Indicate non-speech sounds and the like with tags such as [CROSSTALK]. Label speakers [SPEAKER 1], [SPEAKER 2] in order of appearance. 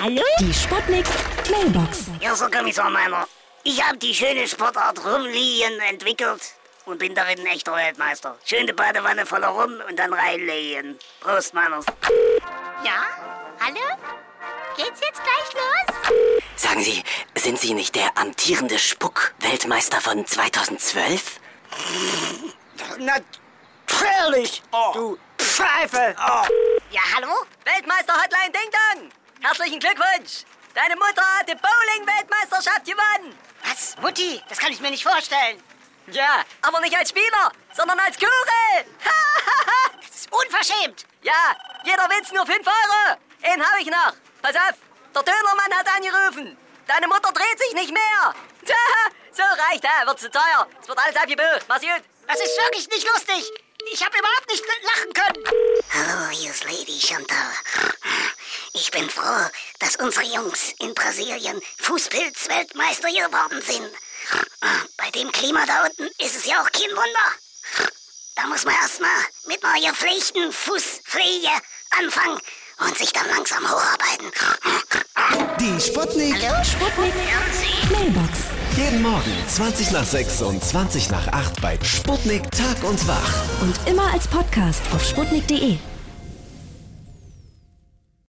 [SPEAKER 1] Hallo?
[SPEAKER 2] Die Sputnik Mailbox.
[SPEAKER 3] Ja, Sir Kommissar Meiner. Ich habe die schöne Sportart Rumliehen entwickelt und bin darin ein echter Weltmeister. Schöne Badewanne voller Rum und dann reinlegen. Prost, Meiners.
[SPEAKER 1] Ja? Hallo? Geht's jetzt gleich los?
[SPEAKER 4] Sagen Sie, sind Sie nicht der amtierende Spuck-Weltmeister von 2012?
[SPEAKER 5] Natürlich, du Pfeife.
[SPEAKER 1] Ja, hallo?
[SPEAKER 6] Weltmeister Hotline Ding Dong! Herzlichen Glückwunsch! Deine Mutter hat die Bowling-Weltmeisterschaft gewonnen!
[SPEAKER 1] Was? Mutti, das kann ich mir nicht vorstellen.
[SPEAKER 6] Ja, aber nicht als Spieler, sondern als Kugel! Hahaha.
[SPEAKER 1] Das ist unverschämt.
[SPEAKER 6] [LAUGHS] ja, jeder Witz nur 5 Euro! Einen habe ich noch! Pass auf, der Dönermann hat angerufen! Deine Mutter dreht sich nicht mehr! [LAUGHS] Tja, so reicht, hä? wird zu teuer! Es wird alles abgebucht, mach's gut!
[SPEAKER 1] Das ist wirklich nicht lustig. Ich habe überhaupt nicht lachen können.
[SPEAKER 3] Hallo, hier ist Lady Chantal. Ich bin froh, dass unsere Jungs in Brasilien Fußpilz-Weltmeister geworden sind. Bei dem Klima da unten ist es ja auch kein Wunder. Da muss man erstmal mit einer gepflegten Fußpflege anfangen und sich dann langsam hocharbeiten.
[SPEAKER 7] Die Sputnik.
[SPEAKER 2] Sputnik Mailbox.
[SPEAKER 7] Jeden Morgen 20 nach 6 und 20 nach 8 bei Sputnik Tag und Wach.
[SPEAKER 2] Und immer als Podcast auf sputnik.de.